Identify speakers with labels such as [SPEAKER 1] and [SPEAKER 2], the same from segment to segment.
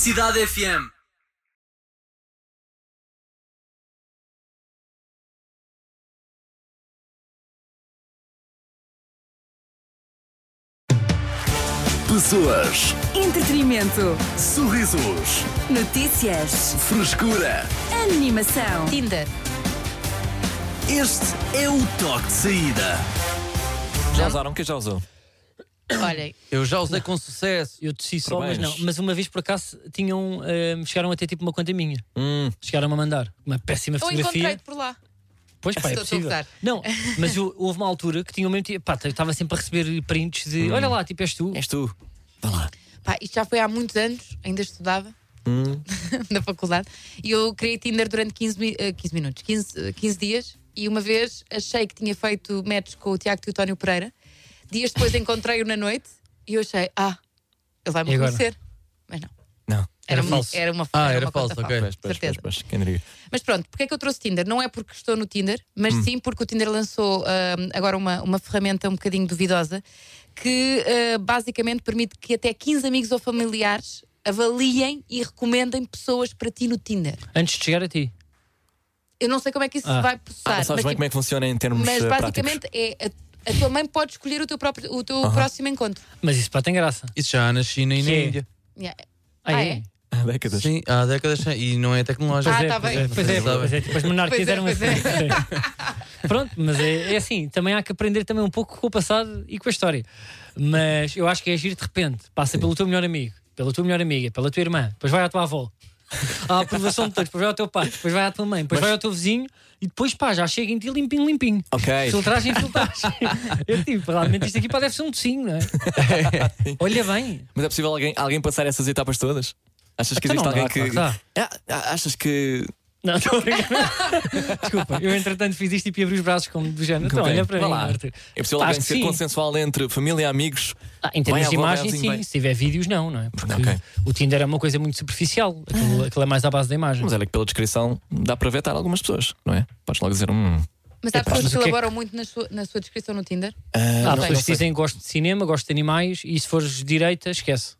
[SPEAKER 1] Cidade FM.
[SPEAKER 2] Pessoas,
[SPEAKER 3] Entretenimento.
[SPEAKER 2] sorrisos,
[SPEAKER 3] Notícias.
[SPEAKER 2] frescura.
[SPEAKER 3] Animação. Tinder.
[SPEAKER 2] Este é o toque de saída.
[SPEAKER 4] Já usaram? Quem já usou?
[SPEAKER 5] Olhem,
[SPEAKER 4] Eu já usei com sucesso.
[SPEAKER 5] eu desci só, mas não.
[SPEAKER 4] Parabéns.
[SPEAKER 5] Mas uma vez por acaso tinham, eh, chegaram a ter tipo uma conta minha.
[SPEAKER 4] Hum,
[SPEAKER 5] Chegaram a mandar uma péssima
[SPEAKER 6] Eu
[SPEAKER 5] fotografia.
[SPEAKER 6] encontrei-te por lá.
[SPEAKER 5] Pois pá, é
[SPEAKER 6] Estou- estou
[SPEAKER 5] possível.
[SPEAKER 6] a gozar.
[SPEAKER 5] Não, mas eu- houve uma altura que tinham mesmo. tipo, Pá, eu estava sempre a receber prints de olha lá, tipo, és tu.
[SPEAKER 4] Hum. és tu. Vá lá.
[SPEAKER 6] Pá, isto já foi há muitos anos, ainda estudava
[SPEAKER 5] Hum.
[SPEAKER 6] na faculdade. E eu criei Tinder durante 15, mi- eh, 15 minutos, 15, eh, 15 dias. E uma vez achei que tinha feito match com o Tiago Teutónio Pereira. Dias depois encontrei-o na noite e eu achei, ah, ele vai
[SPEAKER 5] E
[SPEAKER 6] me
[SPEAKER 5] agora?
[SPEAKER 6] conhecer. Mas não.
[SPEAKER 4] Não.
[SPEAKER 5] Era
[SPEAKER 6] uma-
[SPEAKER 5] falso.
[SPEAKER 6] Era uma
[SPEAKER 4] Ah,
[SPEAKER 6] era
[SPEAKER 4] era
[SPEAKER 6] uma conta
[SPEAKER 4] falso, ok. Pois, pois,
[SPEAKER 6] certeza.
[SPEAKER 4] pois, pois. Quem diria? Hum.
[SPEAKER 6] Mas pronto, porque é que eu trouxe Tinder? Não é porque estou no Tinder, mas sim porque o Tinder lançou ahm, agora uma, uma ferramenta um bocadinho duvidosa que ah, basicamente permite que até 15 amigos ou familiares avaliem e recomendem pessoas para ti no Tinder.
[SPEAKER 5] Antes de chegar a ti.
[SPEAKER 6] Eu não sei como é que isso
[SPEAKER 5] Ah.
[SPEAKER 6] se vai processar,
[SPEAKER 4] Ah, sabes
[SPEAKER 6] mas,
[SPEAKER 4] bem
[SPEAKER 6] tipo,
[SPEAKER 4] como é que funciona em termos
[SPEAKER 6] mas
[SPEAKER 4] eh, práticos.
[SPEAKER 6] basicamente é a, a tua mãe pode escolher o teu, próprio, o teu próximo encontro.
[SPEAKER 5] Mas isso pá, tem graça.
[SPEAKER 7] Isso já há na China e na
[SPEAKER 5] Que é?
[SPEAKER 7] Índia.
[SPEAKER 6] Yeah.
[SPEAKER 5] Ah,
[SPEAKER 6] Ah,
[SPEAKER 5] é?
[SPEAKER 6] é?
[SPEAKER 4] Há décadas.
[SPEAKER 7] Sim, há décadas e não é tecnológico.
[SPEAKER 6] Ah, tá
[SPEAKER 5] pois
[SPEAKER 6] bem.
[SPEAKER 5] é, Pois é,
[SPEAKER 7] Tá bem.
[SPEAKER 5] pois é, tipo, as monarquias
[SPEAKER 6] Pois é,
[SPEAKER 5] eram
[SPEAKER 6] pois
[SPEAKER 5] assim. Sim. Pronto, mas é, é assim, também há que aprender também um pouco com o passado e com a história. Mas eu acho que é agir de repente, passa pelo teu melhor amigo, pela tua melhor amiga, pela tua irmã, depois vai à tua avó. À aprovação de todos, depois vai ao teu pai, depois vai à tua mãe, depois vai ao teu vizinho e depois pá, já chega em ti limpinho, limpinho.
[SPEAKER 4] Ok.
[SPEAKER 5] Filtragem, filtragem. Eu tipo, realmente isto aqui pá, deve ser um docinho, não é? Olha bem.
[SPEAKER 4] Mas é possível alguém, alguém passar essas etapas todas? Achas que
[SPEAKER 5] Então
[SPEAKER 4] existe
[SPEAKER 5] não dá,
[SPEAKER 4] alguém que.
[SPEAKER 5] claro
[SPEAKER 4] Ah, ah, achas que.
[SPEAKER 5] Não, estou a brincar. Desculpa, eu entretanto fiz isto e tipo, abri os braços como do género. Então,
[SPEAKER 4] Ok,
[SPEAKER 5] olha para
[SPEAKER 4] vá
[SPEAKER 5] mim,
[SPEAKER 4] lá.
[SPEAKER 5] Arthur.
[SPEAKER 4] É possível
[SPEAKER 5] Acho
[SPEAKER 4] alguém
[SPEAKER 5] que
[SPEAKER 4] ser
[SPEAKER 5] sim.
[SPEAKER 4] consensual entre família e amigos?
[SPEAKER 5] Ah, em termos
[SPEAKER 4] Vai à
[SPEAKER 5] de
[SPEAKER 4] boa,
[SPEAKER 5] imagem,
[SPEAKER 4] vai ao
[SPEAKER 5] sim.
[SPEAKER 4] zinho, vai.
[SPEAKER 5] Se tiver vídeos, não, não é? Porque
[SPEAKER 4] Ok.
[SPEAKER 5] o Tinder é uma coisa muito superficial. Aquilo, aquilo é mais à base da imagem.
[SPEAKER 4] Mas
[SPEAKER 5] Mas,
[SPEAKER 4] olha que pela descrição dá para vetar algumas pessoas, não é? Podes logo dizer. Hum,
[SPEAKER 6] Mas há
[SPEAKER 5] Epá,
[SPEAKER 6] pessoas
[SPEAKER 5] mas
[SPEAKER 6] que
[SPEAKER 5] o que é que-
[SPEAKER 6] elaboram muito na sua, na sua descrição no Tinder.
[SPEAKER 5] Há
[SPEAKER 4] ah,
[SPEAKER 2] Ah,
[SPEAKER 6] não sei,
[SPEAKER 5] pessoas
[SPEAKER 6] não
[SPEAKER 5] que dizem gosto de cinema, gosto de animais e se fores direita, esquece.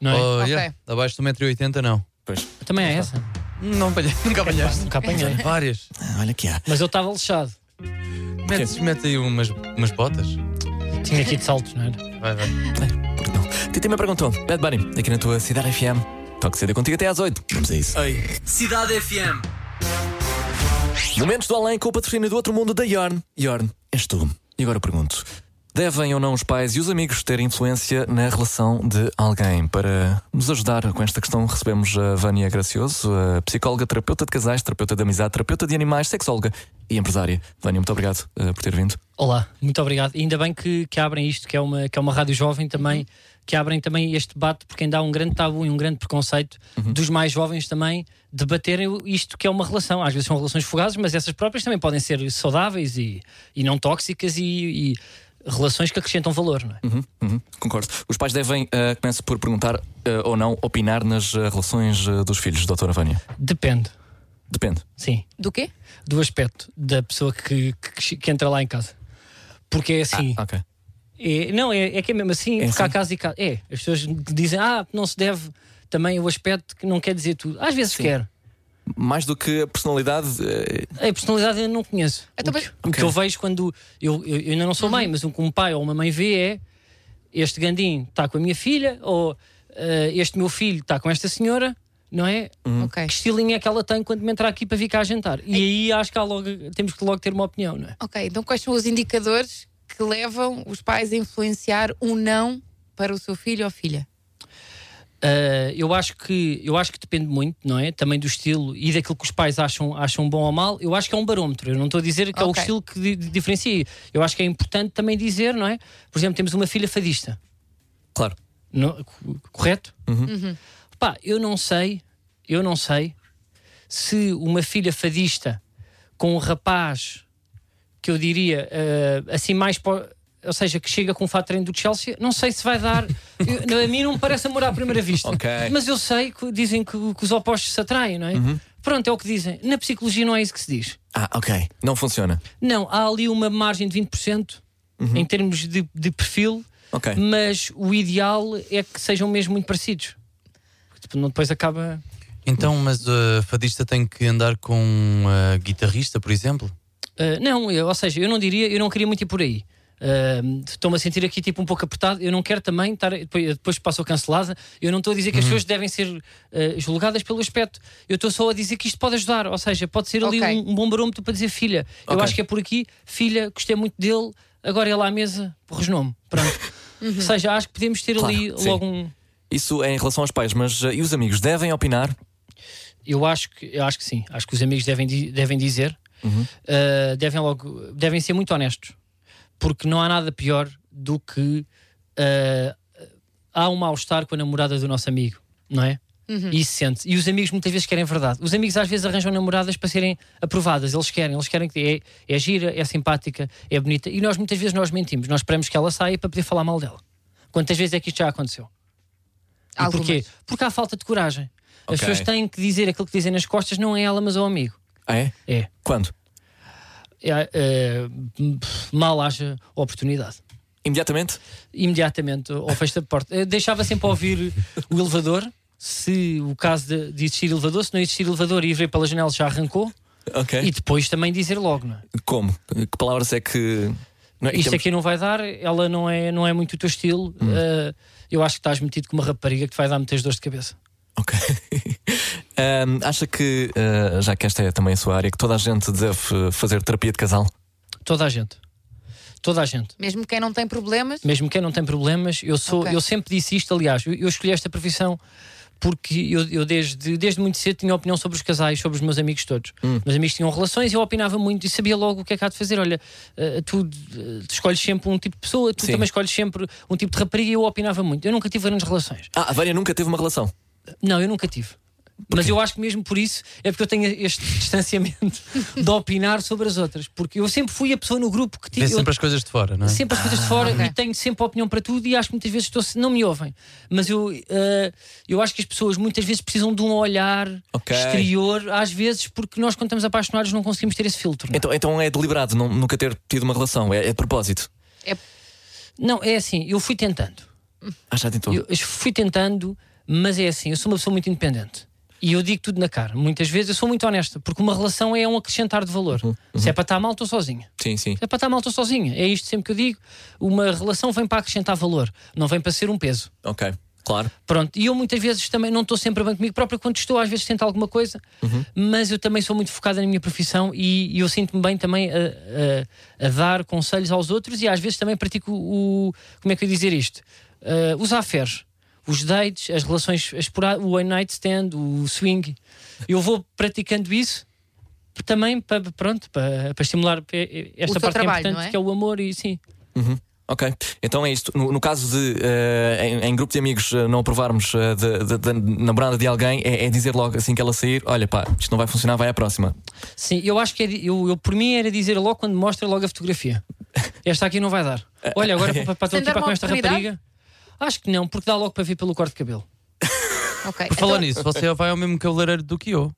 [SPEAKER 5] Não é?
[SPEAKER 7] Olha,
[SPEAKER 6] Ok.
[SPEAKER 7] Oh, abaixo do 1,80m não.
[SPEAKER 4] pois.
[SPEAKER 5] Também é essa.
[SPEAKER 7] Não apanhei, nunca apanhaste.
[SPEAKER 5] Nunca apanhei.
[SPEAKER 7] Várias.
[SPEAKER 4] Ah, olha que há.
[SPEAKER 5] Mas eu estava lixado.
[SPEAKER 7] Metes, mete aí umas, umas botas.
[SPEAKER 5] Tinha aqui de saltos, não era?
[SPEAKER 7] Vai, vai.
[SPEAKER 4] Perdão. Titi me perguntou. Bad Bunny, aqui na tua cidade FM. Toque cedo contigo até às 8. Vamos a isso.
[SPEAKER 1] Cidade FM.
[SPEAKER 4] Momentos do além com o patrocínio do outro mundo da Yorn. Yorn, és tu. E agora eu pergunto: devem ou não os pais e os amigos ter influência na relação de alguém? Para nos ajudar com esta questão, recebemos a Vânia Gracioso, a psicóloga, terapeuta de casais, terapeuta de amizade, terapeuta de animais, sexóloga e empresária. Vânia, muito obrigado eh, por ter vindo.
[SPEAKER 5] Olá, muito obrigado. E ainda bem que, que abrem isto, que é, uma, que é uma rádio jovem também, que abrem também este debate, porque ainda há um grande tabu e um grande preconceito dos mais jovens também debaterem o- isto que é uma relação. Às vezes são relações fugazes, mas essas próprias também podem ser saudáveis e, e não tóxicas e, e relações que acrescentam valor, não é?
[SPEAKER 4] Uhum, uhum, concordo. Os pais devem, eh, começo por perguntar eh, ou não, opinar nas eh, relações eh, dos filhos, doutora Vânia.
[SPEAKER 5] Depende,
[SPEAKER 4] Depende.
[SPEAKER 5] sim.
[SPEAKER 6] Do quê?
[SPEAKER 5] Do aspecto da pessoa que, que, que entra lá em casa. Porque é assim.
[SPEAKER 4] Ah, ok.
[SPEAKER 5] É, não, é, é que é mesmo assim,
[SPEAKER 4] É
[SPEAKER 5] porque há
[SPEAKER 4] assim?
[SPEAKER 5] casos e casos. É, as pessoas dizem, ah, não se deve também o aspecto que não quer dizer tudo. Às vezes quer.
[SPEAKER 4] Mais do que a personalidade. eh,
[SPEAKER 5] A personalidade eu não conheço.
[SPEAKER 6] Então,
[SPEAKER 5] o, que,
[SPEAKER 6] mas-
[SPEAKER 5] o que eu vejo quando. Eu, eu, eu ainda não sou mãe, mas o que um pai ou uma mãe vê é este Gandim está com a minha filha ou eh, este meu filho está com esta senhora, não é?
[SPEAKER 4] Hum.
[SPEAKER 6] Ok.
[SPEAKER 5] Que estilinho é que ela tem quando me entrar aqui para vir cá jantar? E aí acho que há logo, temos que logo ter uma opinião, não é?
[SPEAKER 6] Ok, então quais são os indicadores que levam os pais a influenciar um não para o seu filho ou filha?
[SPEAKER 5] Uh, eu, acho que, eu acho que depende muito, não é? Também do estilo e daquilo que os pais acham, acham bom ou mal. Eu acho que é um barómetro. Eu não estou a dizer que é o
[SPEAKER 6] Ok.
[SPEAKER 5] estilo que di- diferencia. Eu acho que é importante também dizer, não é? Por exemplo, temos uma filha fadista,
[SPEAKER 4] Claro.
[SPEAKER 5] não- co- correto? Pá, eu não sei, eu não sei se uma filha fadista com um rapaz que eu diria eh, assim mais pó- ou seja, que chega com um fato de treino do Chelsea, não sei se vai dar. Eu- não, a mim não me parece amor à primeira vista.
[SPEAKER 4] Ok.
[SPEAKER 5] Mas eu sei que dizem que, que os opostos se atraem, não é? Pronto, é o que dizem. Na psicologia não é isso que se diz.
[SPEAKER 4] Ah, ok. Não funciona.
[SPEAKER 5] Não, há ali uma margem de 20% em termos de, de perfil,
[SPEAKER 4] Ok.
[SPEAKER 5] é mas o ideal é que sejam mesmo muito parecidos. Tipo, não- depois acaba.
[SPEAKER 7] Então, mas a fadista tem que andar com a guitarrista, por exemplo?
[SPEAKER 5] Uh, não, eu- ou seja, eu não diria, eu não queria muito ir por aí. Uh, Estou-me a sentir aqui tipo um pouco apertado. Eu não quero também estar. Depois, depois passou cancelada. Eu não estou a dizer
[SPEAKER 4] Uhum.
[SPEAKER 5] que as pessoas devem ser uh, julgadas pelo aspecto. Eu estou só a dizer que isto pode ajudar. Ou seja, pode ser ali
[SPEAKER 6] Ok.
[SPEAKER 5] um, um bom barômetro para dizer filha. Eu
[SPEAKER 4] Ok.
[SPEAKER 5] acho que é por aqui, filha, gostei muito dele. Agora ele à mesa, rosnou-me. Pronto. Ou seja, acho que podemos ter
[SPEAKER 4] Claro,
[SPEAKER 5] ali
[SPEAKER 4] sim.
[SPEAKER 5] logo um.
[SPEAKER 4] Isso é em relação aos pais, mas eh, e os amigos devem opinar?
[SPEAKER 5] Eu acho que, eu acho que sim. Acho que os amigos devem, di- devem dizer, Uh, devem logo, devem ser muito honestos, porque não há nada pior do que uh, há um mal-estar com a namorada do nosso amigo, não é? E isso sente. E os amigos muitas vezes querem verdade. Os amigos às vezes arranjam namoradas para serem aprovadas. Eles querem, eles querem que é, é gira, é simpática, é bonita. E nós muitas vezes nós mentimos. Nós esperamos que ela saia para poder falar mal dela. Quantas vezes é que isto já aconteceu? E
[SPEAKER 6] Algumas.
[SPEAKER 5] porquê? Porque há falta de coragem. As
[SPEAKER 4] Ok.
[SPEAKER 5] pessoas têm que dizer aquilo que dizem nas costas, não é ela, mas ao amigo.
[SPEAKER 4] Ah, é?
[SPEAKER 5] É.
[SPEAKER 4] Quando?
[SPEAKER 5] É, é, pff, mal haja oportunidade.
[SPEAKER 4] Imediatamente?
[SPEAKER 5] Imediatamente, ou fecha a porta. Eu deixava sempre ouvir o elevador, se o caso de, de existir elevador, se não existir elevador e ver pela janela já arrancou,
[SPEAKER 4] Ok.
[SPEAKER 5] e depois também dizer logo, não é?
[SPEAKER 4] Como? Que palavras é que. Não é? E
[SPEAKER 5] Isto
[SPEAKER 4] temos- Hum.
[SPEAKER 5] aqui não vai dar, ela não é, não é muito o teu estilo. eh, eu acho que estás metido com uma rapariga que te vai dar muitas dores de cabeça.
[SPEAKER 4] Ok. Ahm, acha que, ah, já que esta é também a sua área, que toda a gente deve eh, fazer terapia de casal?
[SPEAKER 5] Toda a gente. Toda a gente.
[SPEAKER 6] Mesmo quem não tem problemas,
[SPEAKER 5] mesmo quem não tem problemas, eu sou,
[SPEAKER 6] Ok.
[SPEAKER 5] eu sempre disse isto, aliás, eu, eu escolhi esta profissão porque eu, eu desde, desde muito cedo tinha opinião sobre os casais, sobre os meus amigos todos. Meus amigos tinham relações, eu opinava muito e sabia logo o que é que há de fazer. Olha, eh, tu, eh, tu escolhes sempre um tipo de pessoa, tu
[SPEAKER 4] Sim.
[SPEAKER 5] também escolhes sempre um tipo de rapariga e eu opinava muito. Eu nunca tive grandes relações.
[SPEAKER 4] Ah, a Vânia nunca teve uma relação.
[SPEAKER 5] Não, eu nunca tive. Mas eu acho que mesmo por isso é porque eu tenho este distanciamento de opinar sobre as outras. Porque eu sempre fui a pessoa no grupo que
[SPEAKER 7] Vê
[SPEAKER 5] tive. eu-
[SPEAKER 7] sempre as coisas de fora, não é?
[SPEAKER 5] sempre as coisas
[SPEAKER 4] Ah,
[SPEAKER 5] de fora
[SPEAKER 6] ok.
[SPEAKER 5] e tenho sempre opinião para tudo e acho que muitas vezes estou não me ouvem mas eu eh, eu acho que as pessoas muitas vezes precisam de um olhar
[SPEAKER 4] Ok.
[SPEAKER 5] exterior às vezes porque nós quando estamos apaixonados não conseguimos ter esse filtro não é?
[SPEAKER 4] Então, então é deliberado não- nunca ter tido uma relação, é, é de propósito.
[SPEAKER 5] não é assim eu fui tentando
[SPEAKER 4] Ah, já tentou.
[SPEAKER 5] eu fui tentando mas é assim eu sou uma pessoa muito independente e eu digo tudo na cara muitas vezes eu sou muito honesta porque uma relação é um acrescentar de valor
[SPEAKER 4] Uhum,
[SPEAKER 5] se é para estar mal estou sozinha
[SPEAKER 4] Sim, sim.
[SPEAKER 5] é para estar mal estou sozinha é isto sempre que eu digo uma relação vem para acrescentar valor não vem para ser um peso
[SPEAKER 4] Ok, claro.
[SPEAKER 5] Pronto, e eu muitas vezes também não estou sempre bem comigo próprio, quando estou, às vezes tento alguma coisa, mas eu também sou muito focada na minha profissão e, e eu sinto-me bem também a, a- a dar conselhos aos outros e às vezes também pratico o. Como é que eu ia dizer isto? Ah, os afers, os dates, as relações, explorar, o one night stand, o swing. Eu vou praticando isso também para, pronto, para, para estimular eh,
[SPEAKER 6] O
[SPEAKER 5] esta
[SPEAKER 6] seu
[SPEAKER 5] parte
[SPEAKER 6] trabalho,
[SPEAKER 5] que é importante,
[SPEAKER 6] não é?
[SPEAKER 5] que é o amor e sim.
[SPEAKER 4] Ok, então é isto. No, no caso de eh, em, em grupo de amigos eh, não aprovarmos eh, de- de- da namorada de alguém, é, é dizer logo assim que ela sair: olha pá, isto não vai funcionar, vai à próxima.
[SPEAKER 5] Sim, eu acho que era- eu, eu por mim era dizer logo quando mostra logo a fotografia. Esta aqui não vai dar. Olha, agora para- para estou
[SPEAKER 6] Sem
[SPEAKER 5] aqui
[SPEAKER 6] dar
[SPEAKER 5] para
[SPEAKER 6] uma
[SPEAKER 5] com esta
[SPEAKER 6] oportunidade?
[SPEAKER 5] rapariga. Acho que não, porque dá logo para ver pelo corte de cabelo.
[SPEAKER 6] ok.
[SPEAKER 7] Por falar nisso, você vai ao mesmo cabeleireiro do que eu.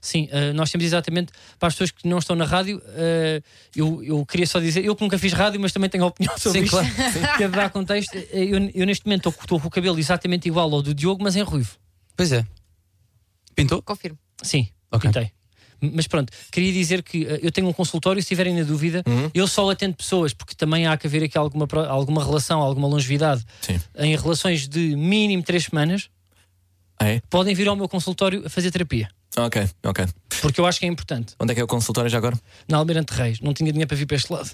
[SPEAKER 5] Sim, ah, nós temos exatamente para as pessoas que não estão na rádio. ah, eu, eu queria só dizer, eu que nunca fiz rádio, mas também tenho opinião sobre
[SPEAKER 4] Sim,
[SPEAKER 5] isto.
[SPEAKER 4] claro.
[SPEAKER 5] Quero dar contexto. Ah, Eu, eu neste momento estou com- estou com o cabelo exatamente igual ao do Diogo, mas em ruivo.
[SPEAKER 7] Pois é. Pintou?
[SPEAKER 6] é Confirmo.
[SPEAKER 5] Sim,
[SPEAKER 7] Ok.
[SPEAKER 5] pintei. M- Mas pronto, queria dizer que eh, eu tenho um consultório, se tiverem na dúvida, eu só atendo pessoas, porque também há que haver aqui alguma, pro- alguma relação, alguma longevidade.
[SPEAKER 4] Sim.
[SPEAKER 5] Em relações de mínimo três semanas,
[SPEAKER 4] Ah, é?
[SPEAKER 5] podem vir ao meu consultório a fazer terapia,
[SPEAKER 4] Ok, ok.
[SPEAKER 5] porque eu acho que é importante.
[SPEAKER 4] Onde é que é o consultório já agora?
[SPEAKER 5] Na Almirante Reis, não tinha dinheiro para vir para este lado.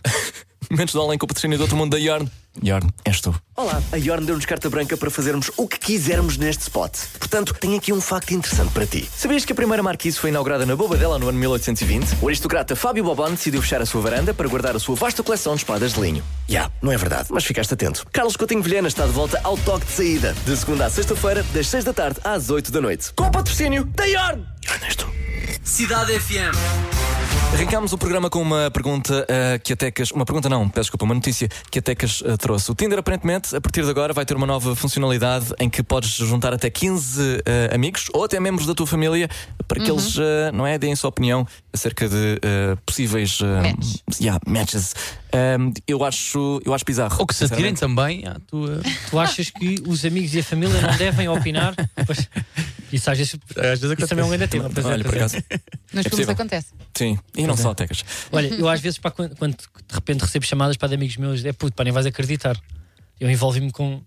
[SPEAKER 4] Momentos do além com o patrocínio do outro mundo da Yarn. Yarn, és tu.
[SPEAKER 2] Olá, a Yorn deu-nos carta branca para fazermos o que quisermos neste spot. Portanto, tenho aqui um facto interessante para ti. Sabias que a primeira marquise foi inaugurada na Bobadela no ano 1820? O aristocrata Fábio Bobon decidiu fechar a sua varanda para guardar a sua vasta coleção de espadas de linho. Já, não é verdade, mas ficaste atento. Carlos Coutinho Vilhena está de volta ao toque de saída, de segunda à sexta-feira, das 6 da tarde às 8 da noite. Com o patrocínio da Yorn! Yorn és tu.
[SPEAKER 1] Cidade FM.
[SPEAKER 4] Arrancámos o programa com uma pergunta eh, que a Tecas. Uma pergunta não, peço desculpa, uma notícia que a Tecas eh, trouxe. O Tinder, aparentemente, a partir de agora, vai ter uma nova funcionalidade em que podes juntar até 15 eh, amigos ou até membros da tua família para que eles, eh, não é, deem a sua opinião acerca de eh, possíveis eh,
[SPEAKER 6] Matches.
[SPEAKER 4] yeah, matches. Ehm, eu, acho, eu acho bizarro.
[SPEAKER 7] Ou que se ah, atirem eh,
[SPEAKER 4] sinceramente.
[SPEAKER 7] também à tua.
[SPEAKER 5] tu achas que os amigos e a família não devem opinar? Pois, Isso às vezes,
[SPEAKER 7] Às vezes
[SPEAKER 5] isso também é um grande tema. pois é,
[SPEAKER 4] Olha,
[SPEAKER 5] pois é.
[SPEAKER 4] por acaso.
[SPEAKER 6] Nos filmes
[SPEAKER 4] possível.
[SPEAKER 6] acontece.
[SPEAKER 4] Sim, e não só tecas.
[SPEAKER 5] Olha, eu às vezes, pá, quando, quando de repente recebo chamadas para de amigos meus, é puto, pá, nem vais acreditar. Eu envolvi-me com.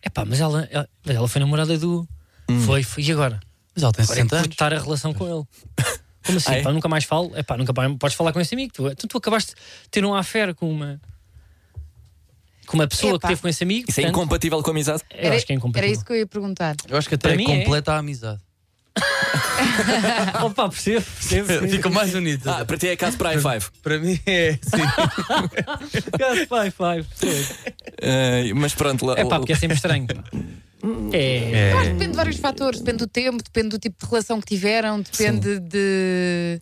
[SPEAKER 5] É pá, mas ela, ela, mas ela foi namorada do. Foi, foi, e agora?
[SPEAKER 7] Mas ela tem
[SPEAKER 5] Agora é
[SPEAKER 7] 60 anos.
[SPEAKER 5] cortar a relação com ele. Como assim?
[SPEAKER 4] Ah, é?
[SPEAKER 5] Pá, nunca mais falo. É pá, nunca mais podes falar com esse amigo. Tu, tu, tu acabaste de ter um affair com uma. Com uma pessoa
[SPEAKER 6] Epá.
[SPEAKER 5] que teve com esse amigo.
[SPEAKER 4] Isso é
[SPEAKER 5] portanto,
[SPEAKER 4] incompatível com a amizade?
[SPEAKER 5] eu acho que é
[SPEAKER 6] era
[SPEAKER 5] incompatível.
[SPEAKER 6] isso que eu ia perguntar.
[SPEAKER 7] Eu acho que até
[SPEAKER 5] Para
[SPEAKER 7] é
[SPEAKER 5] mim é.
[SPEAKER 7] completa a amizade.
[SPEAKER 5] Opa, percebo, percebo.
[SPEAKER 7] Fica mais bonito.
[SPEAKER 4] Ah, para ti é caso para a i5.
[SPEAKER 7] Para mim é. Sim.
[SPEAKER 5] Vai, vai, percebo.
[SPEAKER 4] Eh, mas pronto, lá.
[SPEAKER 5] É pá, porque é sempre estranho. pá. É.
[SPEAKER 6] Claro, depende de vários fatores. Depende do tempo, depende do tipo de relação que tiveram, depende de.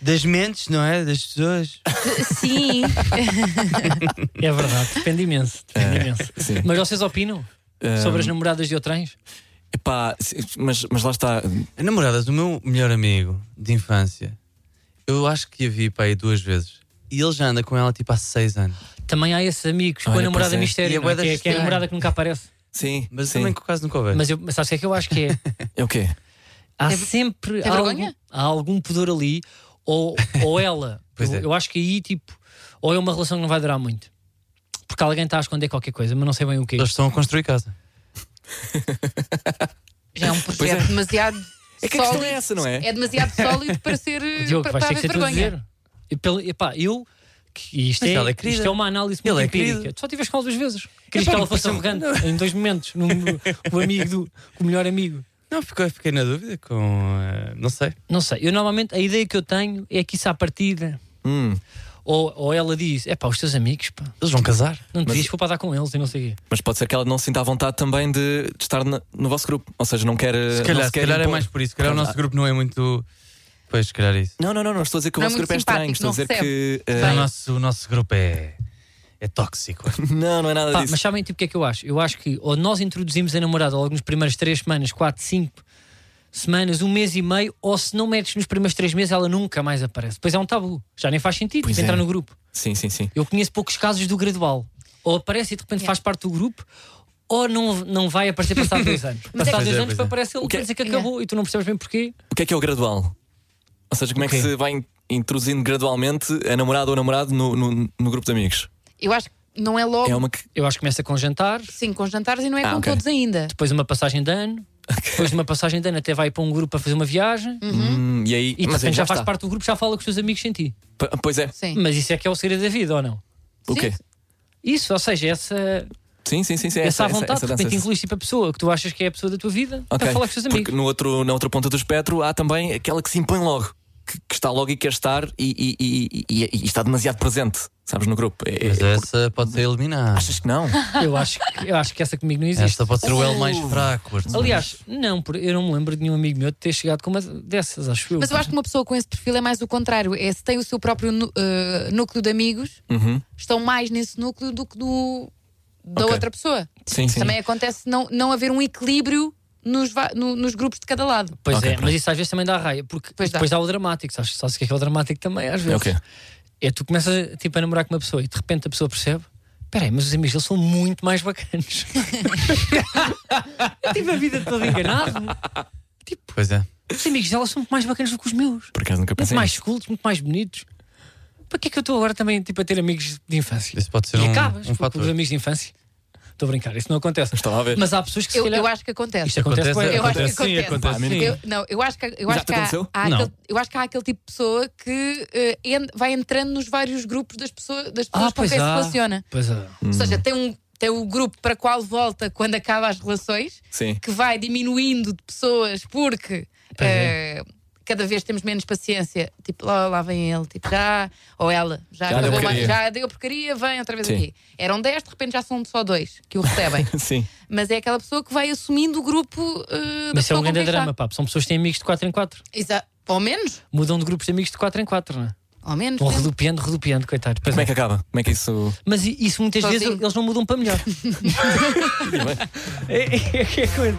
[SPEAKER 7] Das mentes, não é? Das pessoas.
[SPEAKER 6] Sim.
[SPEAKER 5] É verdade, depende imenso. Depende imenso.
[SPEAKER 4] É, sim.
[SPEAKER 5] Mas vocês opinam sobre as namoradas de outrens?
[SPEAKER 4] eh, Epá, sim, mas, mas lá está.
[SPEAKER 7] A namorada do meu melhor amigo de infância, eu acho que a vi para aí duas vezes. E ele já anda com ela tipo há seis anos.
[SPEAKER 5] Também há esses amigos com
[SPEAKER 4] Olha,
[SPEAKER 5] a namorada
[SPEAKER 4] pois é.
[SPEAKER 5] mistério,
[SPEAKER 7] E a
[SPEAKER 5] não é?
[SPEAKER 7] bué
[SPEAKER 5] que, é,
[SPEAKER 7] das
[SPEAKER 5] que é a
[SPEAKER 7] estranho.
[SPEAKER 5] namorada que nunca aparece.
[SPEAKER 4] Sim,
[SPEAKER 7] Mas
[SPEAKER 4] sim.
[SPEAKER 7] também que quase nunca vejo.
[SPEAKER 5] Mas, eu, mas sabes o que é que eu acho que é?
[SPEAKER 4] É o quê?
[SPEAKER 5] Há sempre
[SPEAKER 6] tem
[SPEAKER 5] há algum,
[SPEAKER 6] vergonha?
[SPEAKER 5] há algum pudor ali, ou, ou ela.
[SPEAKER 7] Pois
[SPEAKER 5] eu,
[SPEAKER 7] é.
[SPEAKER 5] eu acho que aí, tipo, ou é uma relação que não vai durar muito. Porque alguém está a esconder qualquer coisa, mas não sei bem o quê.
[SPEAKER 7] Eles estão a construir casa.
[SPEAKER 6] Já é um projeto demasiado.
[SPEAKER 4] É que a
[SPEAKER 6] sólido.
[SPEAKER 4] questão é essa, não é?
[SPEAKER 6] É demasiado sólido para ser. eh,
[SPEAKER 5] Diogo,
[SPEAKER 6] para,
[SPEAKER 5] vais
[SPEAKER 6] para
[SPEAKER 5] ter que
[SPEAKER 6] haver
[SPEAKER 5] ser tu a
[SPEAKER 6] vergonha.
[SPEAKER 5] dizer. E pelo- epá, eu. que Isto
[SPEAKER 7] Mas
[SPEAKER 5] é,
[SPEAKER 7] ela é querida.
[SPEAKER 5] isto é uma análise muito
[SPEAKER 7] Ele é
[SPEAKER 5] empírica.
[SPEAKER 7] querido.
[SPEAKER 5] tu só tiveste com ela duas vezes. Querias
[SPEAKER 7] Epá, é.
[SPEAKER 5] que ela
[SPEAKER 7] não
[SPEAKER 5] fosse
[SPEAKER 7] percebo-
[SPEAKER 5] arrogante em dois momentos, num, com o amigo do com o melhor amigo.
[SPEAKER 7] Não, fiquei, fiquei na dúvida com. eh, não sei.
[SPEAKER 5] Não sei, eu normalmente a ideia que eu tenho é que isso à partida.
[SPEAKER 4] Hum,
[SPEAKER 5] Ou, ou ela diz: é pá, os teus amigos, pá,
[SPEAKER 7] Eles vão casar.
[SPEAKER 5] não te diz para dar com eles e não sei o quê.
[SPEAKER 4] mas pode ser que ela não se sinta à vontade também de, de estar na- no vosso grupo. Ou seja, não quer.
[SPEAKER 7] Se calhar,
[SPEAKER 4] não
[SPEAKER 7] se calhar é mais por isso. Se calhar o nosso grupo não é muito. Pois, se calhar é isso.
[SPEAKER 4] Não, não, não, não estou a dizer que o
[SPEAKER 6] Não é
[SPEAKER 4] vosso
[SPEAKER 6] muito
[SPEAKER 4] grupo é estranho.
[SPEAKER 6] simpático,
[SPEAKER 4] Estou a
[SPEAKER 6] não
[SPEAKER 4] dizer
[SPEAKER 6] recebe.
[SPEAKER 4] que. eh,
[SPEAKER 7] É, O nosso, o nosso grupo é. É tóxico.
[SPEAKER 4] não, não é nada
[SPEAKER 5] Pá,
[SPEAKER 4] disso.
[SPEAKER 5] mas sabem tipo o que é que eu acho? Eu acho que ou nós introduzimos a namorada logo nos primeiros três semanas, quatro, cinco semanas, um mês e meio, ou se não metes nos primeiros três meses, ela nunca mais aparece. Depois é um tabu, já nem faz sentido
[SPEAKER 4] Pois
[SPEAKER 5] entrar
[SPEAKER 4] é.
[SPEAKER 5] no grupo.
[SPEAKER 4] Sim, sim, sim.
[SPEAKER 5] Eu conheço poucos casos do gradual. Ou aparece e de repente faz parte do grupo, ou não, não vai aparecer passado dois anos. Passado
[SPEAKER 7] é-
[SPEAKER 5] dois
[SPEAKER 7] Pois é,
[SPEAKER 5] anos
[SPEAKER 7] pois é.
[SPEAKER 5] aparece ele
[SPEAKER 4] O que é-
[SPEAKER 5] para dizer que acabou e tu não percebes bem porquê.
[SPEAKER 4] O que é que é o gradual? Ou seja, como é que
[SPEAKER 5] O quê?
[SPEAKER 4] se vai in- introduzindo gradualmente a namorada ou namorado no, no, no grupo de amigos?
[SPEAKER 6] Eu acho que não é logo.
[SPEAKER 4] É uma que.
[SPEAKER 5] Eu acho que começa com jantar,
[SPEAKER 6] Sim, com jantares e não é
[SPEAKER 4] Ah,
[SPEAKER 6] com
[SPEAKER 4] ok.
[SPEAKER 6] todos ainda.
[SPEAKER 5] depois uma passagem de ano, depois uma passagem de ano até vai para um grupo para fazer uma viagem.
[SPEAKER 6] Uhum.
[SPEAKER 4] Hum, e aí.
[SPEAKER 5] E de
[SPEAKER 4] mas aí
[SPEAKER 5] repente já, faz
[SPEAKER 4] está.
[SPEAKER 5] parte do grupo, já fala com os teus amigos sem ti.
[SPEAKER 4] P- Pois é.
[SPEAKER 6] Sim.
[SPEAKER 5] Mas isso é que é o segredo da vida, ou não?
[SPEAKER 4] O quê?
[SPEAKER 5] Isso, ou seja, essa,
[SPEAKER 4] Sim, sim, sim. é sim
[SPEAKER 5] essa, à vontade, de
[SPEAKER 4] dança,
[SPEAKER 5] repente incluís tipo a pessoa que tu achas que é a pessoa da tua vida
[SPEAKER 4] Ok,
[SPEAKER 5] para falar com os teus
[SPEAKER 4] Porque
[SPEAKER 5] amigos.
[SPEAKER 4] no outro, na outra ponta do espectro há também aquela que se impõe logo, que, que está logo e quer estar e, e- e- e- e está demasiado presente, sabes, no grupo. É- é-
[SPEAKER 7] Mas
[SPEAKER 5] assim.
[SPEAKER 7] essa pode ser eliminada.
[SPEAKER 4] Achas que não?
[SPEAKER 5] Eu acho, que- eu acho que essa comigo não existe.
[SPEAKER 7] Esta pode ser o L mais fraco.
[SPEAKER 5] Aliás, não, por- eu não me lembro de nenhum amigo meu de ter chegado com uma dessas, acho eu.
[SPEAKER 6] Mas eu acho que uma pessoa com esse perfil é mais o contrário. É se tem o seu próprio nu- eh, núcleo de amigos,
[SPEAKER 4] Uhum.
[SPEAKER 6] estão mais nesse núcleo do que do, da
[SPEAKER 4] Ok.
[SPEAKER 6] outra pessoa.
[SPEAKER 4] Sim, sim.
[SPEAKER 6] Também acontece não, não haver um equilíbrio nos, va- no- nos grupos de cada lado.
[SPEAKER 5] Pois
[SPEAKER 4] Ok,
[SPEAKER 5] é,
[SPEAKER 4] pronto.
[SPEAKER 5] mas isso às vezes também dá raia, porque
[SPEAKER 6] Pois dá.
[SPEAKER 5] depois dá. o dramático, sabes, sabes o que é que é o dramático também, às
[SPEAKER 4] É
[SPEAKER 5] vezes.
[SPEAKER 4] o quê?
[SPEAKER 5] É tu começas tipo, a namorar com uma pessoa e de repente a pessoa percebe. Peraí, mas os amigos eles são muito mais bacanas. eu tive a vida toda enganado.
[SPEAKER 7] Pois é.
[SPEAKER 5] Os amigos delas são muito mais bacanas do que os meus.
[SPEAKER 4] Por acaso nunca
[SPEAKER 5] Muito
[SPEAKER 4] pensei.
[SPEAKER 5] mais cultos, muito mais bonitos. Para que é que eu estou agora também tipo, a ter amigos de infância?
[SPEAKER 7] Isso pode ser
[SPEAKER 5] E
[SPEAKER 7] um,
[SPEAKER 5] acabas
[SPEAKER 7] um
[SPEAKER 5] com- com
[SPEAKER 7] fator.
[SPEAKER 5] os amigos de infância. Estou a brincar, isso não acontece.
[SPEAKER 4] Estava a ver.
[SPEAKER 5] Mas há pessoas que se
[SPEAKER 6] Eu,
[SPEAKER 5] calhar-
[SPEAKER 6] eu acho que acontece.
[SPEAKER 4] é
[SPEAKER 5] Isto acontece,
[SPEAKER 7] Acontece-
[SPEAKER 5] bué.
[SPEAKER 6] Eu acho que
[SPEAKER 7] acontece sim,
[SPEAKER 6] acontece.
[SPEAKER 7] acontece sim.
[SPEAKER 6] Eu- não, eu acho que, eu
[SPEAKER 4] Já
[SPEAKER 6] acho
[SPEAKER 4] te
[SPEAKER 6] que há,
[SPEAKER 4] aconteceu?
[SPEAKER 6] há
[SPEAKER 7] Não.
[SPEAKER 6] aquele, eu acho que há aquele tipo de pessoa que eh, en- vai entrando nos vários grupos das pessoas, das pessoas
[SPEAKER 5] Ah,
[SPEAKER 6] com quem
[SPEAKER 5] pois
[SPEAKER 6] se
[SPEAKER 5] há.
[SPEAKER 6] relaciona.
[SPEAKER 5] Pois há.
[SPEAKER 4] Hum.
[SPEAKER 6] Ou seja, tem um tem o grupo para qual volta quando acaba as relações,
[SPEAKER 4] Sim.
[SPEAKER 6] que vai diminuindo de pessoas porque
[SPEAKER 5] Pois é.
[SPEAKER 6] eh, cada vez temos menos paciência. Tipo, lá, lá vem ele, tipo, já, ou ela, já,
[SPEAKER 4] Já deu
[SPEAKER 6] acabou,
[SPEAKER 4] porcaria.
[SPEAKER 6] já deu porcaria, vem outra vez
[SPEAKER 4] Sim.
[SPEAKER 6] aqui. Eram 10, de repente já são só dois que o recebem.
[SPEAKER 4] Sim.
[SPEAKER 6] Mas é aquela pessoa que vai assumindo o grupo eh, da
[SPEAKER 5] Mas isso é
[SPEAKER 6] pessoa com
[SPEAKER 5] um grande
[SPEAKER 6] quem está.
[SPEAKER 5] drama, pá. São pessoas que têm amigos de 4 em 4.
[SPEAKER 6] Exa ao menos,
[SPEAKER 5] Mudam de grupos de amigos de 4 em 4, não é?
[SPEAKER 6] ao menos.
[SPEAKER 5] Vão redupiando, redupiando, coitado. Pois
[SPEAKER 4] Como é
[SPEAKER 5] é.
[SPEAKER 4] que acaba? Como é que isso.
[SPEAKER 5] Mas i- isso muitas
[SPEAKER 6] Sozinho.
[SPEAKER 5] vezes eles não mudam para melhor. é, é, é, coisa.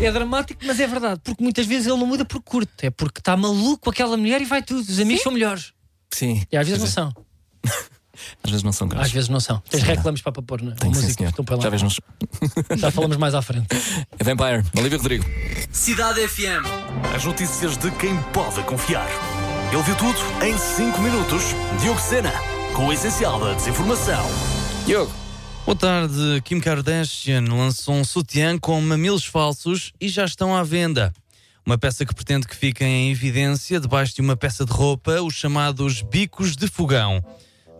[SPEAKER 5] é dramático, mas é verdade. Porque muitas vezes ele não muda por curto. É porque está maluco aquela mulher e vai tudo. Os amigos são melhores.
[SPEAKER 4] Sim.
[SPEAKER 5] E às vezes não são.
[SPEAKER 4] Às vezes não são
[SPEAKER 5] Às
[SPEAKER 4] graves.
[SPEAKER 5] vezes não são. Tens reclamos para pôr na
[SPEAKER 4] Tem que sim,
[SPEAKER 5] música.
[SPEAKER 4] senhor.
[SPEAKER 5] Estão para lá.
[SPEAKER 4] Já vejam-nos.
[SPEAKER 5] Já falamos mais à frente.
[SPEAKER 4] Vampire, Olivia Rodrigo.
[SPEAKER 1] Cidade FM.
[SPEAKER 8] As notícias de quem pode confiar. Ele viu tudo em 5 minutos. Diogo Sena, com o essencial da desinformação.
[SPEAKER 4] Diogo.
[SPEAKER 7] Boa tarde, Kim Kardashian lançou um sutiã com mamilos falsos e já estão à venda. Uma peça que pretende que fiquem em evidência debaixo de uma peça de roupa, os chamados bicos de fogão.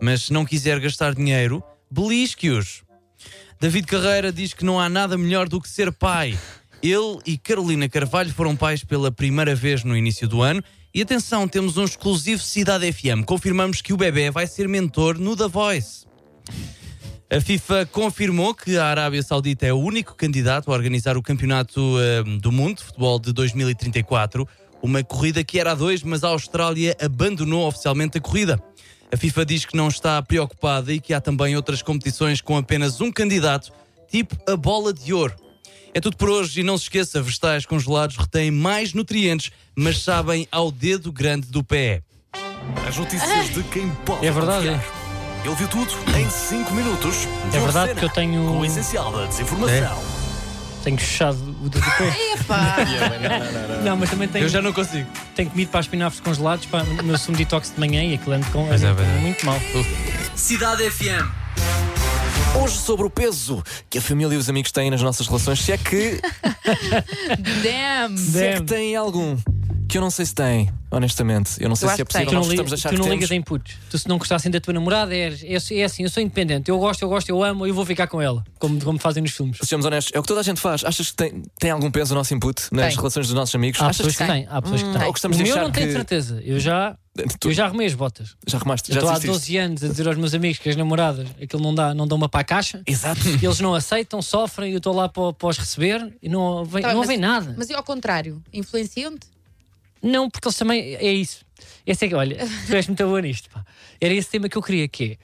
[SPEAKER 7] Mas se não quiser gastar dinheiro, belisque-os. David Carreira diz que não há nada melhor do que ser pai. Ele e Carolina Carvalho foram pais pela primeira vez no início do ano. E atenção, temos um exclusivo Cidade FM. Confirmamos que o bebê vai ser mentor no The Voice. A FIFA confirmou que a Arábia Saudita é o único candidato a organizar o Campeonato eh, do Mundo de Futebol de 2034, uma corrida que era a dois, mas a Austrália abandonou oficialmente a corrida. A FIFA diz que não está preocupada e que há também outras competições com apenas um candidato, tipo a Bola de Ouro. É tudo por hoje e não se esqueça, vegetais congelados retêm mais nutrientes, mas sabem ao dedo grande do pé.
[SPEAKER 8] As notícias de quem pode
[SPEAKER 5] É verdade.
[SPEAKER 8] confiar. Ele viu tudo em 5 minutos.
[SPEAKER 5] É
[SPEAKER 8] Diogo
[SPEAKER 5] verdade
[SPEAKER 8] Sena,
[SPEAKER 5] que eu tenho- É.
[SPEAKER 8] Com o essencial da desinformação.
[SPEAKER 5] Tenho fechado o dedo do pé.
[SPEAKER 6] Epá,
[SPEAKER 5] Não, mas também tenho,
[SPEAKER 7] Eu já não consigo.
[SPEAKER 5] tenho comido para os espinafres congelados, para o meu sumo detox de manhã e aquilo ando com
[SPEAKER 7] Pois é,
[SPEAKER 5] ando
[SPEAKER 7] pois é.
[SPEAKER 5] muito mal.
[SPEAKER 1] Cidade FM.
[SPEAKER 4] Hoje sobre o peso que a família e os amigos têm nas nossas relações, se é que,
[SPEAKER 6] damn!
[SPEAKER 4] se é que
[SPEAKER 5] Damn.
[SPEAKER 4] têm algum. Que eu não sei se têm, honestamente. Eu não sei
[SPEAKER 6] Eu
[SPEAKER 4] se é
[SPEAKER 6] acho que tem.
[SPEAKER 4] possível.
[SPEAKER 5] Tu não,
[SPEAKER 4] Nós
[SPEAKER 5] li-
[SPEAKER 4] gostamos de achar
[SPEAKER 5] tu não
[SPEAKER 4] que
[SPEAKER 5] ligas a
[SPEAKER 4] temos.
[SPEAKER 5] inputs. Tu, se não gostassem da tua namorada, é, é, é assim: eu sou independente, eu gosto, eu gosto, eu amo, eu vou ficar com ela, como, como fazem nos filmes.
[SPEAKER 4] Sejamos honestos, é o que toda a gente faz. Achas que tem, tem algum peso o nosso input nas
[SPEAKER 6] Tem.
[SPEAKER 4] relações dos nossos amigos?
[SPEAKER 5] Há
[SPEAKER 4] Achas
[SPEAKER 5] pessoas
[SPEAKER 4] que Hum,
[SPEAKER 5] que têm, há pessoas que têm.
[SPEAKER 4] Ou
[SPEAKER 5] o
[SPEAKER 4] gostamos de
[SPEAKER 5] meu
[SPEAKER 4] achar
[SPEAKER 5] não tenho
[SPEAKER 4] que-
[SPEAKER 5] certeza, eu já,
[SPEAKER 4] Tu-
[SPEAKER 5] eu já arrumei as botas.
[SPEAKER 4] já arrumaste?
[SPEAKER 5] Eu
[SPEAKER 4] Já
[SPEAKER 5] estou há
[SPEAKER 4] desististe?
[SPEAKER 5] 12 anos a dizer aos meus amigos que as namoradas, aquilo não dá, não dão uma para a caixa,
[SPEAKER 4] Exato.
[SPEAKER 5] eles não aceitam, sofrem, eu estou lá para, para os receber e não vem,
[SPEAKER 6] Tá bem,
[SPEAKER 5] não
[SPEAKER 6] mas-
[SPEAKER 5] vem nada.
[SPEAKER 6] Mas e ao contrário, influenciam-te?
[SPEAKER 5] Não, porque eles também. É isso. Esse é que, olha, tu és muito boa nisto. pá. Era esse tema que eu queria, que é.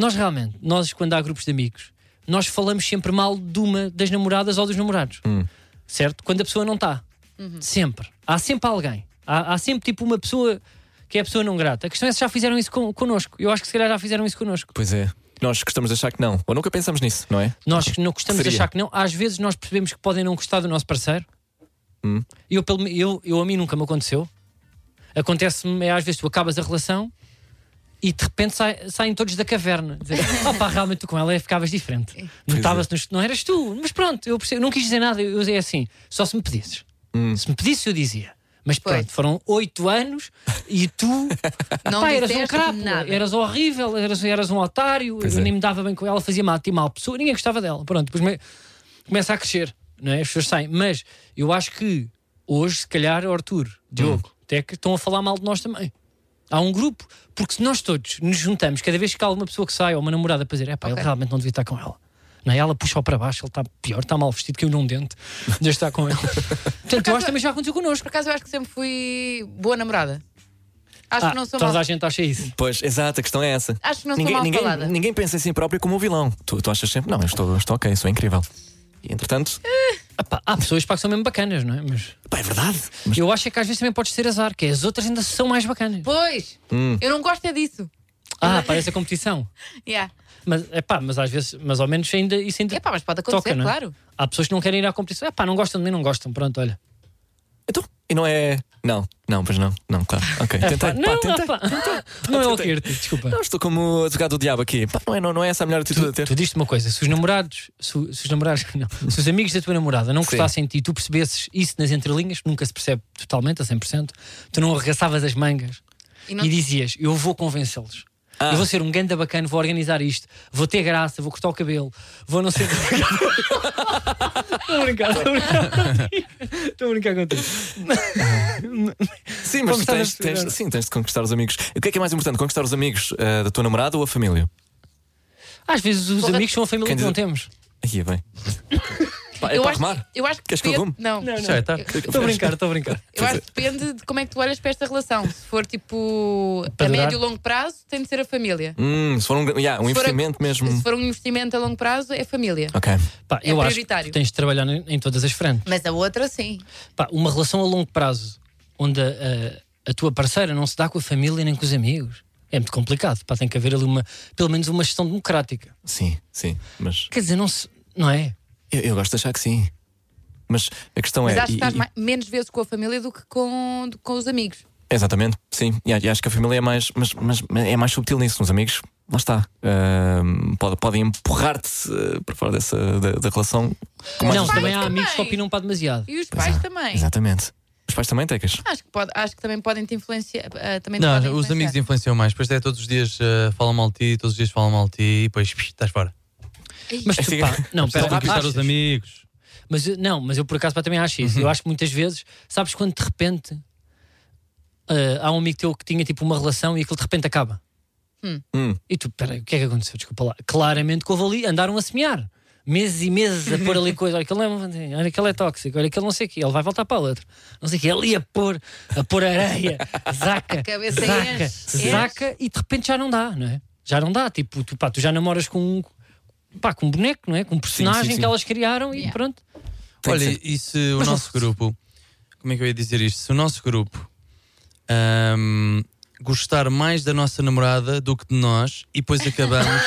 [SPEAKER 5] Nós realmente, nós quando há grupos de amigos, nós falamos sempre mal de uma das namoradas ou dos namorados. Certo? Quando a pessoa não está. Sempre. Há sempre alguém. Há, há sempre tipo uma pessoa que é a pessoa não grata. A questão é se já fizeram isso con connosco. Eu acho que se calhar já fizeram isso connosco.
[SPEAKER 4] Pois é. Nós gostamos de achar que não. Ou nunca pensamos nisso, não é?
[SPEAKER 5] Nós que não gostamos de
[SPEAKER 4] Seria.
[SPEAKER 5] achar que não. Às vezes nós percebemos que podem não gostar do nosso parceiro. Eu, pelo, eu, eu a mim nunca me aconteceu. Acontece-me, é, às vezes tu acabas a relação e de repente sai- saem todos da caverna. Dizer, Opa, realmente tu com ela é, ficavas diferente. Notava-se nos- não eras tu, mas pronto, eu percebo, não quis dizer nada, eu é assim, só se me pedisses. Se me pedisses, eu dizia. Mas
[SPEAKER 6] Pois.
[SPEAKER 5] pronto, foram oito anos e tu
[SPEAKER 6] Não
[SPEAKER 5] Pá, eras um
[SPEAKER 6] disseste
[SPEAKER 5] crápula,
[SPEAKER 6] nada.
[SPEAKER 5] eras horrível, eras, eras um otário,
[SPEAKER 4] Pois
[SPEAKER 5] eu
[SPEAKER 4] é.
[SPEAKER 5] nem me dava bem com ela, fazia mal a ti, mal pessoa, ninguém gostava dela. Pronto, depois me- começa a crescer, não é? as pessoas saem. Mas eu acho que hoje, se calhar, Arthur, Diogo,
[SPEAKER 4] Hum.
[SPEAKER 5] até que estão a falar mal de nós também. Há um grupo, porque se nós todos nos juntamos, cada vez que há alguma pessoa que sai ou uma namorada para dizer, é pá, ele
[SPEAKER 6] Ok.
[SPEAKER 5] realmente não devia estar com ela. Não é? Ela puxa-o para baixo, ele está pior, está mal vestido, caiu num dente, deixa estar com ele. Portanto, eu acho que também já aconteceu connosco.
[SPEAKER 6] Por acaso eu acho que sempre fui boa namorada. Acho que não sou
[SPEAKER 5] Ah, toda
[SPEAKER 6] mal.
[SPEAKER 5] a gente acha isso.
[SPEAKER 4] Pois, exato, a questão é essa.
[SPEAKER 6] Acho que não sou
[SPEAKER 4] ninguém,
[SPEAKER 6] mal
[SPEAKER 4] ninguém,
[SPEAKER 6] falada.
[SPEAKER 4] ninguém pensa em si próprio como um vilão. Tu, tu achas sempre, não, eu estou, eu estou ok, sou incrível. E, entretanto,
[SPEAKER 5] Ah pá, há pessoas pá, que são mesmo bacanas, não é? Mas...
[SPEAKER 4] pá, é verdade.
[SPEAKER 5] Mas Eu acho é que às vezes também podes ter azar, que é, as outras ainda são mais bacanas.
[SPEAKER 6] Pois,
[SPEAKER 4] Hum.
[SPEAKER 6] eu não gosto é disso.
[SPEAKER 4] é?
[SPEAKER 5] Ah, parece a competição.
[SPEAKER 6] Yeah.
[SPEAKER 5] Mas, epá, mas às vezes, mas ao menos ainda, isso ainda
[SPEAKER 6] Epá, mas pode acontecer,
[SPEAKER 5] toca, não é?
[SPEAKER 6] claro.
[SPEAKER 5] Há pessoas que não querem ir à competição. Epá, não gostam de mim, não gostam. Pronto, olha.
[SPEAKER 4] Então, e não é. Não, não, pois não. Não, claro. Ok, tentei.
[SPEAKER 5] Epá, É
[SPEAKER 4] pá,
[SPEAKER 5] não,
[SPEAKER 4] tentei.
[SPEAKER 5] epá, não é o
[SPEAKER 4] tentei.
[SPEAKER 5] que desculpa.
[SPEAKER 4] Não, estou como advogado do diabo aqui. Pá, não, é, não, não é essa a melhor atitude a ter.
[SPEAKER 5] Tu diste uma coisa, se os namorados, se, o- se os namorados, não, se os amigos da tua namorada não
[SPEAKER 4] Sim.
[SPEAKER 5] gostassem de ti e tu percebesses isso nas entrelinhas, nunca se percebe totalmente, a 100%, tu não arregaçavas as mangas
[SPEAKER 6] E não-
[SPEAKER 5] e dizias: Eu vou convencê-los. Eu vou ser um ganda bacana, vou organizar isto, vou ter graça, vou cortar o cabelo, vou não ser. Estou a brincar, estou a brincar. Estou a brincar contigo.
[SPEAKER 4] Sim, mas tu
[SPEAKER 5] Conquistar
[SPEAKER 4] tens,
[SPEAKER 5] as pessoas.
[SPEAKER 4] tens- sim, tens de conquistar os amigos. O que é que é mais importante? Conquistar os amigos eh, da tua namorada ou a família?
[SPEAKER 5] Às vezes os amigos são a família
[SPEAKER 4] Quem
[SPEAKER 5] que não
[SPEAKER 4] diz-
[SPEAKER 5] temos.
[SPEAKER 4] Aí é bem. Pá, é
[SPEAKER 6] eu,
[SPEAKER 4] para
[SPEAKER 6] acho,
[SPEAKER 4] arrumar.
[SPEAKER 6] eu acho que
[SPEAKER 4] Queres que eu
[SPEAKER 6] depende-
[SPEAKER 4] arrume?
[SPEAKER 6] Não,
[SPEAKER 7] Já está.
[SPEAKER 5] Estou a brincar, estou a brincar.
[SPEAKER 6] eu acho que depende de como é que tu olhas para esta relação. Se for tipo
[SPEAKER 5] Para
[SPEAKER 6] a
[SPEAKER 5] durar.
[SPEAKER 6] médio e longo prazo, tem de ser a família.
[SPEAKER 4] Hum, se for um, yeah, um
[SPEAKER 6] Se for a-
[SPEAKER 4] investimento mesmo. Ah.
[SPEAKER 6] Se for um investimento a longo prazo, é família.
[SPEAKER 4] Ok.
[SPEAKER 5] Pá,
[SPEAKER 6] É
[SPEAKER 5] eu acho que
[SPEAKER 6] prioritário.
[SPEAKER 5] tens de trabalhar em, em todas as frentes.
[SPEAKER 6] Mas a outra, sim.
[SPEAKER 5] Pá, uma relação a longo prazo onde a, a- a tua parceira não se dá com a família nem com os amigos. é muito complicado. Pá, tem que haver ali uma, pelo menos uma gestão democrática.
[SPEAKER 4] Sim, sim. Mas
[SPEAKER 5] Quer dizer, não se. Não é?
[SPEAKER 4] eu, eu gosto de achar que sim. Mas a questão
[SPEAKER 6] Mas
[SPEAKER 4] é.
[SPEAKER 6] acho que
[SPEAKER 4] e-
[SPEAKER 6] estás
[SPEAKER 4] e-
[SPEAKER 6] mai- menos vezes com a família do que com, do- com os amigos.
[SPEAKER 4] Exatamente, sim. E a- e acho que a família é mais, mas, mas é mais subtil nisso. Nos amigos, lá está. Ahm, pode- podem empurrar-te eh, para fora dessa, da, da relação. com mais
[SPEAKER 5] não,
[SPEAKER 4] facilidade.
[SPEAKER 5] também há
[SPEAKER 6] também.
[SPEAKER 5] amigos que opinam para demasiado.
[SPEAKER 6] E os pais
[SPEAKER 4] é.
[SPEAKER 6] também.
[SPEAKER 4] Exatamente. Os pais também tecas.
[SPEAKER 6] Acho que, pode, acho que também podem te influenciar. ah, também te
[SPEAKER 7] Não,
[SPEAKER 6] podem
[SPEAKER 7] os
[SPEAKER 6] influenciar.
[SPEAKER 7] amigos influenciam mais. Depois é todos os dias eh, falam mal de ti, todos os dias falam mal de ti e depois psh, estás fora.
[SPEAKER 5] Mas tu,
[SPEAKER 4] Assim-
[SPEAKER 5] pá, não,
[SPEAKER 7] Para
[SPEAKER 5] pera,
[SPEAKER 7] conquistar
[SPEAKER 5] achas?
[SPEAKER 7] os amigos.
[SPEAKER 5] Mas eu- não, mas eu por acaso pá, também acho isso. Eu
[SPEAKER 4] Uhum.
[SPEAKER 5] acho que muitas vezes, sabes quando de repente ah, há um amigo teu que tinha tipo uma relação e aquilo de repente acaba.
[SPEAKER 4] Hum.
[SPEAKER 5] E tu, peraí, o que é que aconteceu? Desculpa lá. Claramente que houve ali, andaram a semear. Meses e meses a pôr ali coisa. Olha, aquele é, olha, aquele é tóxico, olha, aquele não sei o quê. Ele vai voltar para a outra. Não sei o quê. Ali a pôr, a pôr areia, zaca,
[SPEAKER 6] cabeça
[SPEAKER 5] zaca,
[SPEAKER 6] enche, enche.
[SPEAKER 5] zaca, e de repente já não dá, não é? Já não dá. Tipo, tu, pá, tu já namoras com um, pá, com um boneco, não é? Com um personagem
[SPEAKER 4] sim.
[SPEAKER 5] que elas criaram e
[SPEAKER 6] Yeah.
[SPEAKER 5] pronto.
[SPEAKER 4] Tem que
[SPEAKER 7] Olha, e se o nosso grupo. Como é que eu ia dizer isto? Se o nosso grupo ahm, gostar mais da nossa namorada do que de nós e depois acabamos,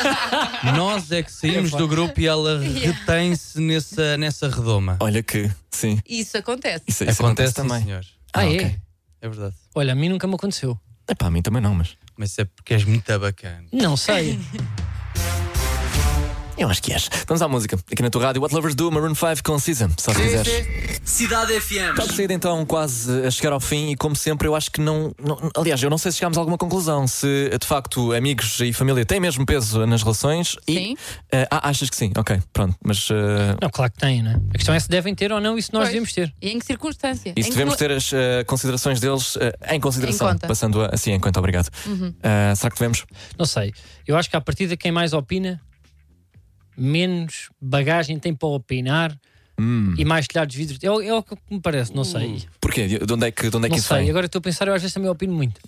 [SPEAKER 7] nós é que saímos do grupo e ela retém-se nessa, nessa redoma.
[SPEAKER 4] Olha que, sim.
[SPEAKER 6] Isso acontece.
[SPEAKER 4] Isso, é,
[SPEAKER 7] Acontece,
[SPEAKER 4] isso acontece,
[SPEAKER 7] sim,
[SPEAKER 4] também.
[SPEAKER 7] senhor.
[SPEAKER 5] Ah,
[SPEAKER 4] Ah,
[SPEAKER 5] é?
[SPEAKER 4] ok.
[SPEAKER 7] É verdade.
[SPEAKER 5] Olha, a mim nunca me aconteceu.
[SPEAKER 4] É para mim também não, mas.
[SPEAKER 7] Mas é porque és muito bacana.
[SPEAKER 5] Não sei.
[SPEAKER 4] Eu acho que és. Vamos à música. Aqui na tua rádio, What Lovers Do, Maroon 5 com Season, só se quiseres.
[SPEAKER 1] Cidade FM.
[SPEAKER 4] Está de saída então quase a chegar ao fim e como sempre eu acho que não, não- Aliás, eu não sei se chegámos a alguma conclusão Se de facto amigos e família têm mesmo peso nas relações E,
[SPEAKER 6] Sim.
[SPEAKER 4] eh, ah, achas que sim, ok, pronto Mas eh,
[SPEAKER 5] não, claro que tem, né? A questão é se devem ter ou não, isso nós
[SPEAKER 6] Pois.
[SPEAKER 5] devemos ter.
[SPEAKER 6] E em que circunstância?
[SPEAKER 4] isso
[SPEAKER 6] Em que
[SPEAKER 4] devemos
[SPEAKER 6] rela-
[SPEAKER 4] ter as eh, considerações deles eh, em consideração
[SPEAKER 6] Em conta.
[SPEAKER 4] Passando assim em conta, obrigado Eh, Será que devemos?
[SPEAKER 5] Não sei. Eu acho que à partida quem mais opina, menos bagagem tem para opinar e mais telhados de vidro. É, o- é o que me parece, não sei.
[SPEAKER 4] Porquê? De onde é que, de onde é que
[SPEAKER 5] não
[SPEAKER 4] isso
[SPEAKER 5] sei.
[SPEAKER 4] vem?
[SPEAKER 5] Agora estou a pensar, eu às vezes também opino muito.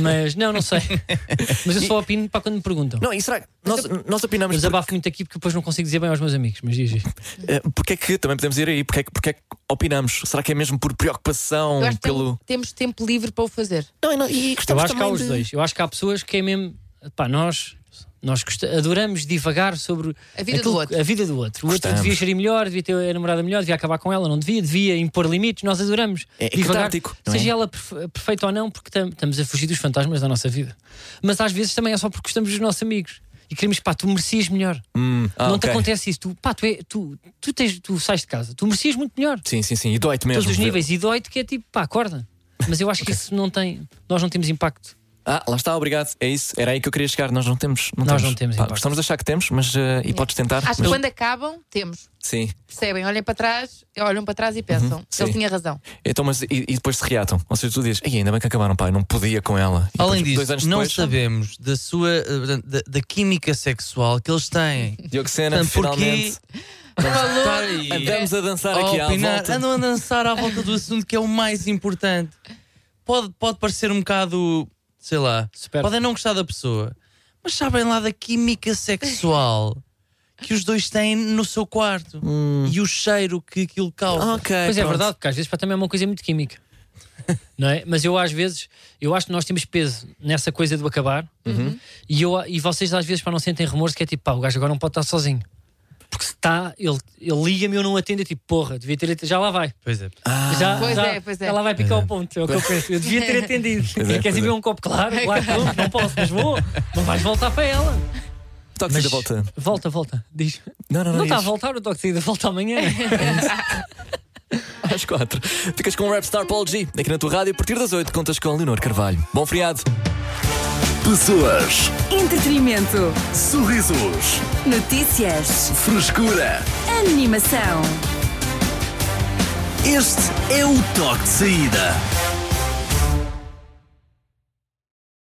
[SPEAKER 5] Mas não, não sei. Mas eu só opino para quando me perguntam.
[SPEAKER 4] Não, e será que nós, nós opinamos
[SPEAKER 5] Eu desabafo muito aqui porque depois não consigo dizer bem aos meus amigos, mas diz isto.
[SPEAKER 4] Eh, Porque é que também podemos ir aí? Porque é que, porque é que opinamos? Será que é mesmo por preocupação?
[SPEAKER 6] Eu acho que tem-
[SPEAKER 4] pelo...
[SPEAKER 6] temos tempo livre para o fazer.
[SPEAKER 4] Não, e não, e
[SPEAKER 5] Eu
[SPEAKER 4] gostamos
[SPEAKER 5] acho que há
[SPEAKER 4] também
[SPEAKER 5] os
[SPEAKER 4] de-
[SPEAKER 5] dois. Eu acho que há pessoas que é mesmo. Pá, nós. Nós gosta- adoramos divagar sobre
[SPEAKER 6] A vida do outro.
[SPEAKER 5] a vida do outro. O outro
[SPEAKER 4] Gostamos.
[SPEAKER 5] devia gerir melhor, devia ter a namorada melhor, devia acabar com ela, não devia, devia impor limites. Nós adoramos
[SPEAKER 4] É catártico, não é?
[SPEAKER 5] seja ela perfe- perfeita ou não, porque tam- estamos a fugir dos fantasmas da nossa vida. Mas às vezes também é só porque gostamos dos nossos amigos e queremos, pá, tu merecias melhor.
[SPEAKER 4] Hum, ah,
[SPEAKER 5] não
[SPEAKER 4] ok.
[SPEAKER 5] te acontece isso. Tu, pá, tu, é- tu, tu, tens, tu sais de casa, tu merecias muito melhor
[SPEAKER 4] Sim, sim, sim. E dói-te mesmo.
[SPEAKER 5] todos os níveis e dói-te que é tipo, pá, acorda. Mas eu acho que isso não tem, nós não temos impacto.
[SPEAKER 4] Ah, lá está, obrigado. É isso. Era aí que eu queria chegar. Nós não temos. Não
[SPEAKER 5] Nós
[SPEAKER 4] temos.
[SPEAKER 5] não temos
[SPEAKER 4] Pá,
[SPEAKER 5] impacto.
[SPEAKER 4] Gostamos de achar que temos, mas. eh, e podes tentar.
[SPEAKER 6] Acho que
[SPEAKER 4] mas-
[SPEAKER 6] quando acabam, temos.
[SPEAKER 4] Sim.
[SPEAKER 6] Percebem? Olhem para trás, olham para trás e Uhum, pensam.
[SPEAKER 4] sim.
[SPEAKER 6] Ele tinha razão.
[SPEAKER 4] Então, mas, e, e depois se reatam. Ou seja, tu dizes, "Ei, ainda bem que acabaram, pai, não podia com ela. E
[SPEAKER 7] Além
[SPEAKER 4] depois,
[SPEAKER 7] disso,
[SPEAKER 4] dois anos
[SPEAKER 7] não
[SPEAKER 4] depois,
[SPEAKER 7] sabemos da sua eh, da, da química sexual que eles têm.
[SPEAKER 4] Diocesana,
[SPEAKER 7] Portanto,
[SPEAKER 4] finalmente.
[SPEAKER 7] Estar aí
[SPEAKER 4] Andamos a dançar
[SPEAKER 7] a
[SPEAKER 4] aqui à
[SPEAKER 7] opinar, Ah,
[SPEAKER 4] volta.
[SPEAKER 7] andam a dançar à volta do assunto que é o mais importante. Pode, pode parecer um bocado, sei lá,
[SPEAKER 5] Super.
[SPEAKER 7] podem não gostar da pessoa, mas sabem lá da química sexual que os dois têm no seu quarto
[SPEAKER 4] Hum.
[SPEAKER 7] e o cheiro que aquilo causa.
[SPEAKER 4] Ok.
[SPEAKER 5] Pois é
[SPEAKER 4] pronto.
[SPEAKER 5] verdade, porque às vezes pá, também é uma coisa muito química. Não é? Mas eu às vezes, eu acho que nós temos peso nessa coisa do acabar e, eu, e vocês às vezes para não sentem remorso que é tipo, pá, o gajo agora não pode estar sozinho. Porque se está, ele, ele liga-me e eu não atendo, é tipo, porra, devia ter atendido, já lá vai.
[SPEAKER 7] Pois é.
[SPEAKER 5] já,
[SPEAKER 6] Pois
[SPEAKER 5] já,
[SPEAKER 6] é, pois é.
[SPEAKER 5] já lá vai picar o ponto, é o que eu penso. Eu devia ter atendido.
[SPEAKER 4] Pois é,
[SPEAKER 5] Queres ir
[SPEAKER 4] pois é.
[SPEAKER 5] beber um copo? Claro, claro, vou, não posso, mas vou. Não vais voltar para ela.
[SPEAKER 4] Toque de volta.
[SPEAKER 5] Volta, volta, diz.
[SPEAKER 4] Não, não, não.
[SPEAKER 5] Não está a
[SPEAKER 4] isso.
[SPEAKER 5] voltar o toque de saída, volta amanhã.
[SPEAKER 4] Às quatro. Ficas com o Rapstar Paul G. Aqui na tua rádio, a partir das oito, contas com Leonor Carvalho. Bom feriado.
[SPEAKER 8] Pessoas,
[SPEAKER 3] Entretenimento.
[SPEAKER 8] sorrisos,
[SPEAKER 3] Notícias.
[SPEAKER 8] frescura.
[SPEAKER 3] Animação.
[SPEAKER 8] Este é o toque de saída.